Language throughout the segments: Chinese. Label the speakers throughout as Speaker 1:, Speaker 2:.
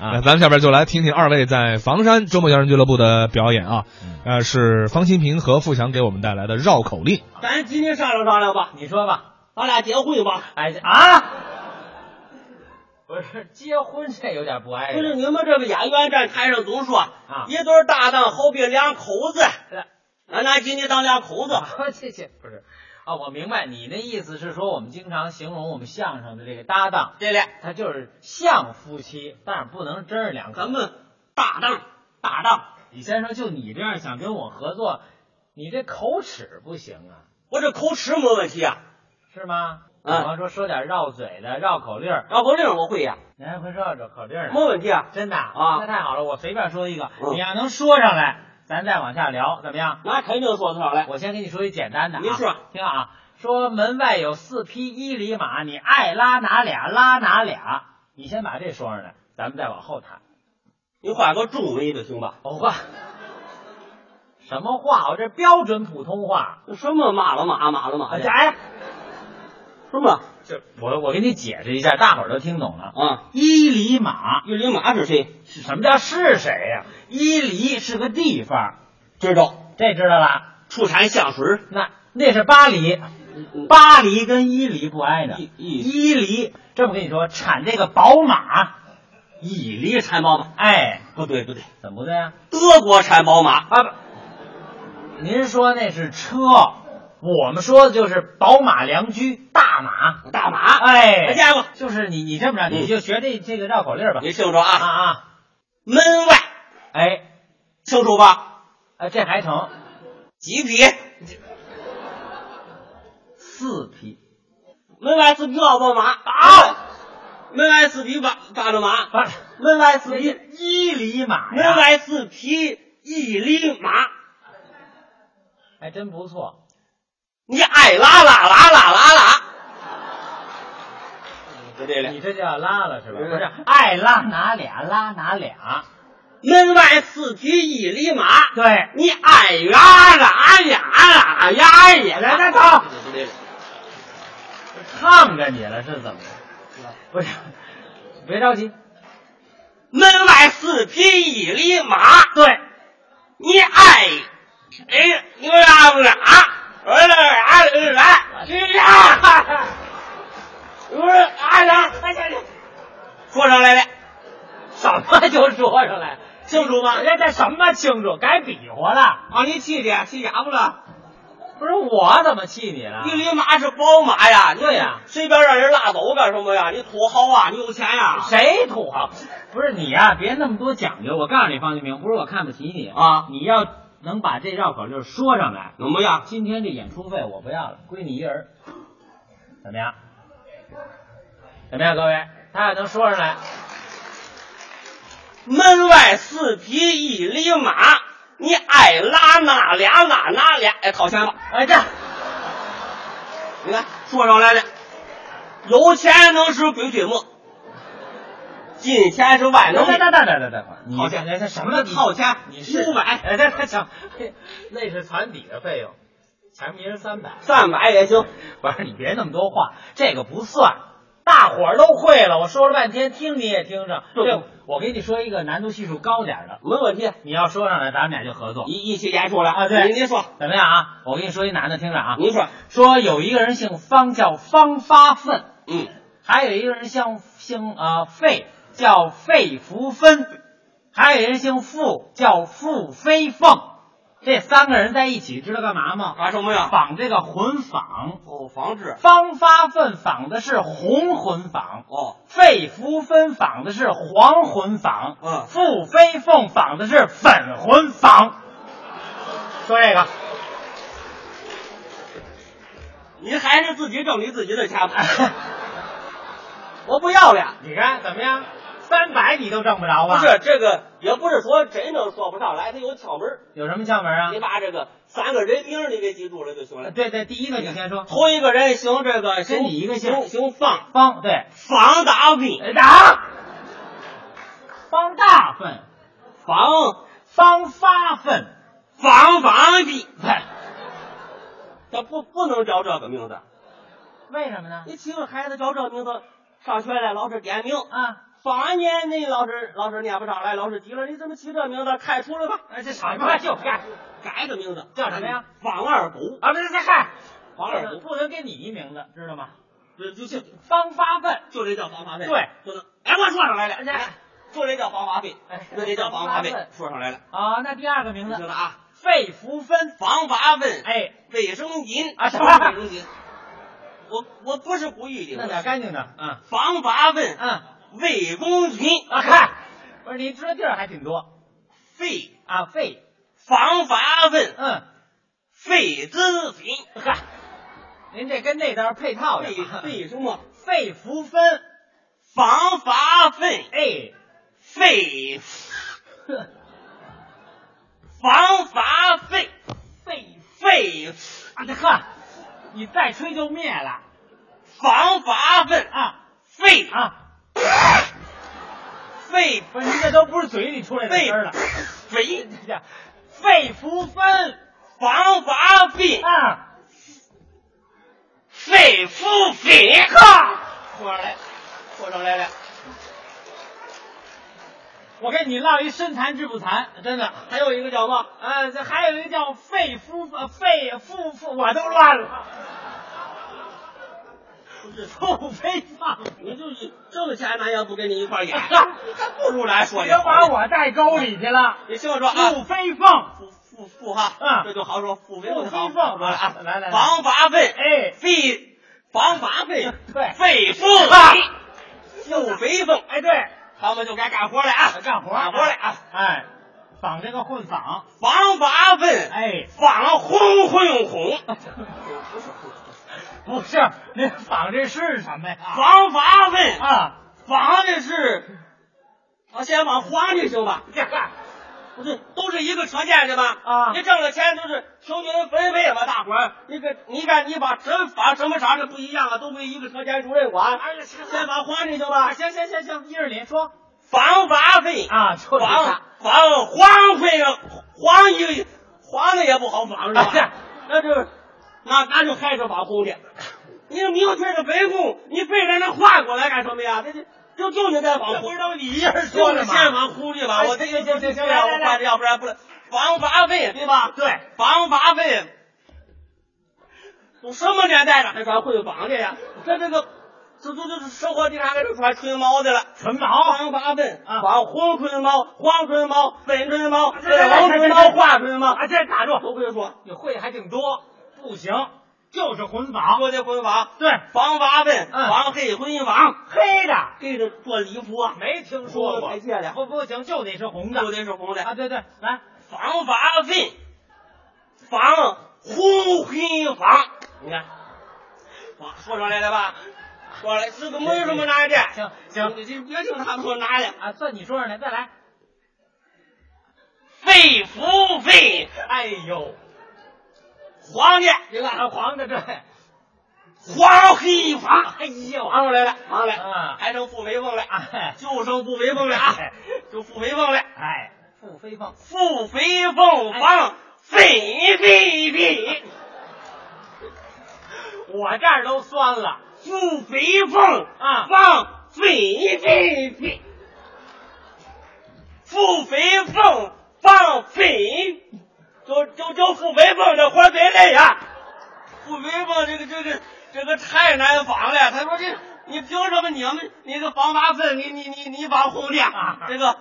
Speaker 1: 啊
Speaker 2: 那咱们下边就来听听二位在房山周末摇人俱乐部的表演啊，呃，是方清平和付强给我们带来的绕口令。
Speaker 3: 咱今天商量商量吧，你说吧，
Speaker 4: 咱俩结婚吧。
Speaker 3: 哎啊，不是结婚这有点不挨
Speaker 4: 不是
Speaker 3: 着，
Speaker 4: 你们这个演员站台上总说
Speaker 3: 哎啊
Speaker 4: 一对搭档后边两口子，
Speaker 3: 是
Speaker 4: 咱俩今天当两口子。
Speaker 3: 哎啊， 这这不是啊，我明白你那意思是说我们经常形容我们相声的这个搭档，
Speaker 4: 对了，
Speaker 3: 他就是像夫妻，但是不能真是两口
Speaker 4: 咱
Speaker 3: 子。
Speaker 4: 们搭档搭档，
Speaker 3: 李先生，就你这样想跟我合作，你这口齿不行啊，
Speaker 4: 我这口齿没问题啊，
Speaker 3: 是吗？比
Speaker 4: 嗯
Speaker 3: 方说说点绕嘴的、绕口令儿，
Speaker 4: 绕口令我会呀、
Speaker 3: 你还会绕绕口令儿呢？
Speaker 4: 没问题啊。
Speaker 3: 真的
Speaker 4: 啊
Speaker 3: 那太好了，我随便说一个，
Speaker 4: 嗯
Speaker 3: 你要能说上来，咱再往下聊，怎么样？
Speaker 4: 那肯定说得上 来。
Speaker 3: 我先给你说一简单的、啊，
Speaker 4: 您说，
Speaker 3: 听啊，说门外有四匹伊犁马，你爱拉哪俩拉哪俩，你先把这说上来，咱们再往后谈。
Speaker 4: 你画个中文的行吧？
Speaker 3: 我 话什么话？我这标准普通话。
Speaker 4: 什么马了马马了马
Speaker 3: 哎
Speaker 4: 的，
Speaker 3: 哎，
Speaker 4: 什么
Speaker 3: 这我我给你解释一下，大伙儿都听懂了。
Speaker 4: 啊？
Speaker 3: 伊犁马
Speaker 4: 玉林马是谁？
Speaker 3: 是什么叫是谁呀、伊犁是个地方，
Speaker 4: 知道，
Speaker 3: 这知道了。
Speaker 4: 出产香水儿。
Speaker 3: 那那是巴黎，
Speaker 4: 嗯
Speaker 3: 巴黎跟伊犁不挨着。
Speaker 4: 伊
Speaker 3: 伊犁，这不跟你说，产这个宝马，
Speaker 4: 伊犁产宝马，
Speaker 3: 哎，
Speaker 4: 不对不对，
Speaker 3: 怎么不对啊？
Speaker 4: 德国产宝马，
Speaker 3: 啊，不，您说那是车，我们说的就是宝马良驹，大马，嗯
Speaker 4: 大马
Speaker 3: 哎，
Speaker 4: 好家伙
Speaker 3: 就是你，你这么着，你就学这这个绕口令吧。
Speaker 4: 你听着
Speaker 3: 啊
Speaker 4: 啊，
Speaker 3: 啊，
Speaker 4: 门外
Speaker 3: 哎，
Speaker 4: 清楚吧？
Speaker 3: 啊，这还成，
Speaker 4: 几匹？
Speaker 3: 四匹，
Speaker 4: 门外四匹老宝马
Speaker 3: 啊，
Speaker 4: 门外四匹八八的马，
Speaker 3: 不是
Speaker 4: 门外四
Speaker 3: 这
Speaker 4: 匹，
Speaker 3: 是伊犁马呀，
Speaker 4: 门外四匹一犁马，
Speaker 3: 还哎真不错。
Speaker 4: 你爱拉拉拉拉拉拉，就这
Speaker 3: 你。这叫拉了是吧？
Speaker 4: 不
Speaker 3: 不
Speaker 4: 是
Speaker 3: 是，爱拉哪俩拉哪俩。
Speaker 4: 门外四匹一犁马，
Speaker 3: 对，来
Speaker 4: 你爱拉拉拉拉呀呀，
Speaker 3: 来来，唱，
Speaker 4: 就这个。
Speaker 3: 烫着你了是怎么着？不是，别着急。
Speaker 4: 门外四匹一犁马，
Speaker 3: 对，
Speaker 4: 你爱，哎，你拉不拉？我拉拉拉拉，你拉，我拉拉，哎呀呀，说上来了，
Speaker 3: 什么就说上来，
Speaker 4: 清楚吗？
Speaker 3: 人家哎什么清楚？改比划了？
Speaker 4: 啊，你气的气哑巴了？
Speaker 3: 不是我怎么气你了
Speaker 4: 一匹马是宝马呀，你
Speaker 3: 对呀
Speaker 4: 随便让人拉走干什么呀？你土豪啊，你有钱呀？
Speaker 3: 谁土豪？不是你呀、别那么多讲究。我告诉你，方清明，不是我看不起你
Speaker 4: 啊
Speaker 3: 你要能把这绕口令说上来，
Speaker 4: 怎么样？
Speaker 3: 今天这演出费我不要了，归你一人儿，怎么样？怎么样，各位？他要能说上来，
Speaker 4: 门外四匹一犁马，你爱拉哪俩拉哪俩，哎，掏钱吧。
Speaker 3: 哎，这
Speaker 4: 你看，说上来了，有钱能使鬼推磨，金钱是万能
Speaker 3: 等等
Speaker 4: 的。
Speaker 3: 等等等等等会儿，你
Speaker 4: 掏
Speaker 3: 这
Speaker 4: 钱
Speaker 3: 这这什
Speaker 4: 什
Speaker 3: 么
Speaker 4: 么掏钱
Speaker 3: 你是
Speaker 4: 五百
Speaker 3: 哎，这这行，嘿 那是团体的费用，前面一人三百。
Speaker 4: 三百也行，
Speaker 3: 不是你别那么多话，这个不算。大伙儿都会了，我说了半天，听你也听上。
Speaker 4: 这
Speaker 3: 这我给你说一个难度系数高点儿的，
Speaker 4: 没问题。
Speaker 3: 你要说上来，咱们俩就合作，
Speaker 4: 一一起演出来
Speaker 3: 啊对
Speaker 4: 您您说，
Speaker 3: 怎么样啊？我跟你说一男的，听着啊，
Speaker 4: 您说，
Speaker 3: 说有一个人姓方，叫方发奋，
Speaker 4: 嗯，
Speaker 3: 还有一个人姓姓啊费，叫费福芬，还有一个人姓傅，叫傅飞凤。这三个人在一起，知道干嘛吗？
Speaker 4: 干什么呀？
Speaker 3: 仿这个混纺，
Speaker 4: 哦，防治，
Speaker 3: 方发奋仿的是红混纺，
Speaker 4: 哦，
Speaker 3: 费福芬仿的是黄混纺，
Speaker 4: 嗯
Speaker 3: 傅飞凤仿的是粉混纺。说这个，
Speaker 4: 您还是自己挣你自己的钱吧。 我不要了。
Speaker 3: 你看怎么样？三百你都挣不着啊
Speaker 4: 不
Speaker 3: 吧？
Speaker 4: 是这个，也不是说真能说不上来，他有窍门儿。
Speaker 3: 有什么窍门啊呃
Speaker 4: 你？把这个三个人名儿你给记住了就行了。
Speaker 3: 对对，第一个你先说。
Speaker 4: 头一个人行这个，
Speaker 3: 跟
Speaker 4: 行
Speaker 3: 你一个姓
Speaker 4: 行行方
Speaker 3: 方对，
Speaker 4: 方大斌，
Speaker 3: 打方大粪，
Speaker 4: 方
Speaker 3: 方发粪，
Speaker 4: 方方斌，
Speaker 3: 哎
Speaker 4: 他不不能叫这个名字。
Speaker 3: 为什么呢？
Speaker 4: 你起个孩子叫这名字，上学来老师点名，
Speaker 3: 啊，
Speaker 4: 保安间那老师，老师你还不少来？老师急了，你怎么起这名字？开除了吧！
Speaker 3: 哎，这什么就嗯干
Speaker 4: 改个名字
Speaker 3: 叫什么呀？
Speaker 4: 王二谷，
Speaker 3: 啊？不是这嗨，
Speaker 4: 王二谷，
Speaker 3: 不能跟你一名字，知道吗？
Speaker 4: 就就就
Speaker 3: 方发粪，
Speaker 4: 就这叫防发费。
Speaker 3: 对，
Speaker 4: 就这，哎，我说上来
Speaker 3: 哎
Speaker 4: 了，
Speaker 3: 这
Speaker 4: 就这叫防发费
Speaker 3: 哎，
Speaker 4: 就这叫防发费
Speaker 3: 防发费，
Speaker 4: 说上来了，
Speaker 3: 啊，那第二个名
Speaker 4: 你听
Speaker 3: 字
Speaker 4: 着啊，
Speaker 3: 肺扶分，
Speaker 4: 防发问，
Speaker 3: 哎，
Speaker 4: 卫生巾
Speaker 3: 啊什么
Speaker 4: 卫生巾？我我不是故意的，
Speaker 3: 弄点干净的，嗯
Speaker 4: 防发问，
Speaker 3: 嗯，啊
Speaker 4: 卫工巾，
Speaker 3: 嗨，不是你知道地儿还挺多
Speaker 4: 费
Speaker 3: 啊，肺，
Speaker 4: 防发问，
Speaker 3: 嗯，
Speaker 4: 费资品，
Speaker 3: 嗨，您这跟那边配套的
Speaker 4: 费，费什么？
Speaker 3: 肺扶分，
Speaker 4: 防发问，
Speaker 3: 哎，
Speaker 4: 费
Speaker 3: 呵
Speaker 4: 防发费，
Speaker 3: 肺，
Speaker 4: 费
Speaker 3: 啊这呵，你再吹就灭了
Speaker 4: 防发问，
Speaker 3: 啊
Speaker 4: 费
Speaker 3: 啊！
Speaker 4: 费
Speaker 3: 不是您这都不是嘴里出来的
Speaker 4: 费
Speaker 3: 声儿了，哎
Speaker 4: 肥
Speaker 3: 这叫肺扶分
Speaker 4: 防发病，
Speaker 3: 啊，
Speaker 4: 肺夫品。
Speaker 3: 呵。
Speaker 4: 说上来，说上来了，
Speaker 3: 我跟你唠一身残志不残，真的。
Speaker 4: 还有一个叫嘛，
Speaker 3: 呃，这还有一个叫肺夫呃肺夫夫，我都乱了。腹诽放，
Speaker 4: 你就是这么下南要不跟你一块儿演，
Speaker 3: 还
Speaker 4: 不如来说
Speaker 3: 别
Speaker 4: 这好
Speaker 3: 把我带沟里去了。
Speaker 4: 你听我说啊，
Speaker 3: 腹诽放，
Speaker 4: 付付付哈，
Speaker 3: 嗯
Speaker 4: 这就好说，付费
Speaker 3: 付
Speaker 4: 好
Speaker 3: 费放
Speaker 4: 说了啊，
Speaker 3: 来来来
Speaker 4: 防罚费，
Speaker 3: 哎嗯
Speaker 4: 费防罚费，
Speaker 3: 对
Speaker 4: 费付
Speaker 3: 啊
Speaker 4: 付费费，
Speaker 3: 哎对，
Speaker 4: 他们就该干活了啊，
Speaker 3: 干活
Speaker 4: 干活了啊，，
Speaker 3: 哎，仿这个混仿，
Speaker 4: 防罚费，
Speaker 3: 哎， 啊
Speaker 4: 防轰轰轰，
Speaker 3: 不是，那仿这是什么呀？
Speaker 4: 防罚费，
Speaker 3: 啊，
Speaker 4: 防的是，我先往黄的行吧。
Speaker 3: 这个
Speaker 4: 不是，都是一个条件的吧？
Speaker 3: 啊
Speaker 4: 你挣了钱就是平均分配吧，大伙儿。你个，你看你把什么法什么啥的不一样啊，都归一个条件主任管。
Speaker 3: 哎呀，行
Speaker 4: 先把花这行
Speaker 3: 啊，
Speaker 4: 吧，
Speaker 3: 行行行行，一日林说
Speaker 4: 防罚费，
Speaker 3: 啊，就
Speaker 4: 防
Speaker 3: 是他。
Speaker 4: 防黄费啊，黄一黄的也不好防是吧？
Speaker 3: 哎呀
Speaker 4: 那就 那那就还是防红的。你明确的北控，你非让人换过来干什么呀？这这就就应该防
Speaker 3: 这
Speaker 4: 红
Speaker 3: 不。啊是都你一人
Speaker 4: 就
Speaker 3: 说
Speaker 4: 是
Speaker 3: 的
Speaker 4: 先
Speaker 3: 吗？
Speaker 4: 防红的吧，
Speaker 3: 哎
Speaker 4: 我这
Speaker 3: 行
Speaker 4: 这
Speaker 3: 行
Speaker 4: 这
Speaker 3: 行行
Speaker 4: 这这样
Speaker 3: 来
Speaker 4: 我
Speaker 3: 来
Speaker 4: 换，
Speaker 3: 来
Speaker 4: 要不然不能防罚费对吧？
Speaker 3: 对，
Speaker 4: 防罚费，都什么年代了还穿混纺的呀？这这个，这这这生活地上还是穿春毛的了。
Speaker 3: 纯毛。
Speaker 4: 防八问
Speaker 3: 啊
Speaker 4: 防红春毛、黄春毛、粉春毛、
Speaker 3: 这这
Speaker 4: 粉红春
Speaker 3: 这
Speaker 4: 毛、
Speaker 3: 这
Speaker 4: 花春毛，
Speaker 3: 啊，这打住！
Speaker 4: 都会说。
Speaker 3: 你会的还挺多，不行，就是混纺。
Speaker 4: 说这婚房，
Speaker 3: 对，
Speaker 4: 防八问，
Speaker 3: 嗯
Speaker 4: 防黑婚房，
Speaker 3: 黑的
Speaker 4: 这个做礼服啊，
Speaker 3: 没听说过
Speaker 4: 没见了，
Speaker 3: 不不行，就得是红的
Speaker 4: 就得是
Speaker 3: 啊！
Speaker 4: 红的。
Speaker 3: 对对，来，
Speaker 4: 防八问，防红婚房，你看，哇，说上来了吧？说来这个没有什么难的。
Speaker 3: 行行
Speaker 4: 你这别听他们说难的，
Speaker 3: 啊，算你说上来，再来。
Speaker 4: 肺腑肺
Speaker 3: 哎呦，
Speaker 4: 黄的，
Speaker 3: 这个啊黄的对，
Speaker 4: 黄黑房。
Speaker 3: 哎呦，
Speaker 4: 忙出来了，忙出来
Speaker 3: 啊
Speaker 4: 还剩付肥凤了，
Speaker 3: 哎
Speaker 4: 就剩付肥凤了啊，就付肥凤了，
Speaker 3: 哎，腹诽放，
Speaker 4: 付肥凤房费费费，
Speaker 3: 我这儿都酸了。
Speaker 4: 付肥凤
Speaker 3: 啊
Speaker 4: 房费费费，付肥凤房费，就就就付肥凤这活贼累呀，付肥凤这个这个这个太难防了，他说这。你凭什么你们你个防八分，你你你你防红的，
Speaker 3: 啊
Speaker 4: 这个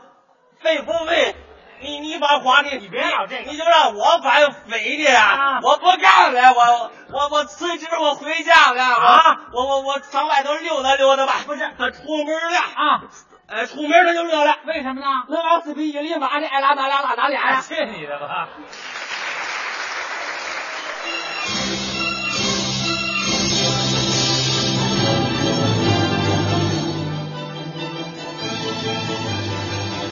Speaker 4: 费不费？你你把黄的，
Speaker 3: 你别老这个
Speaker 4: 你就让我反肥的
Speaker 3: 啊
Speaker 4: 我不干了，我我我辞职，我回家了，
Speaker 3: 啊
Speaker 4: 我我我我上外头溜达溜达吧。
Speaker 3: 不是
Speaker 4: 他出门了，
Speaker 3: 啊，
Speaker 4: 哎，出门他就热了，
Speaker 3: 为什么呢？
Speaker 4: 那拉斯比一里马的，啊爱拉哪俩拉哪俩呀？
Speaker 3: 去你的吧！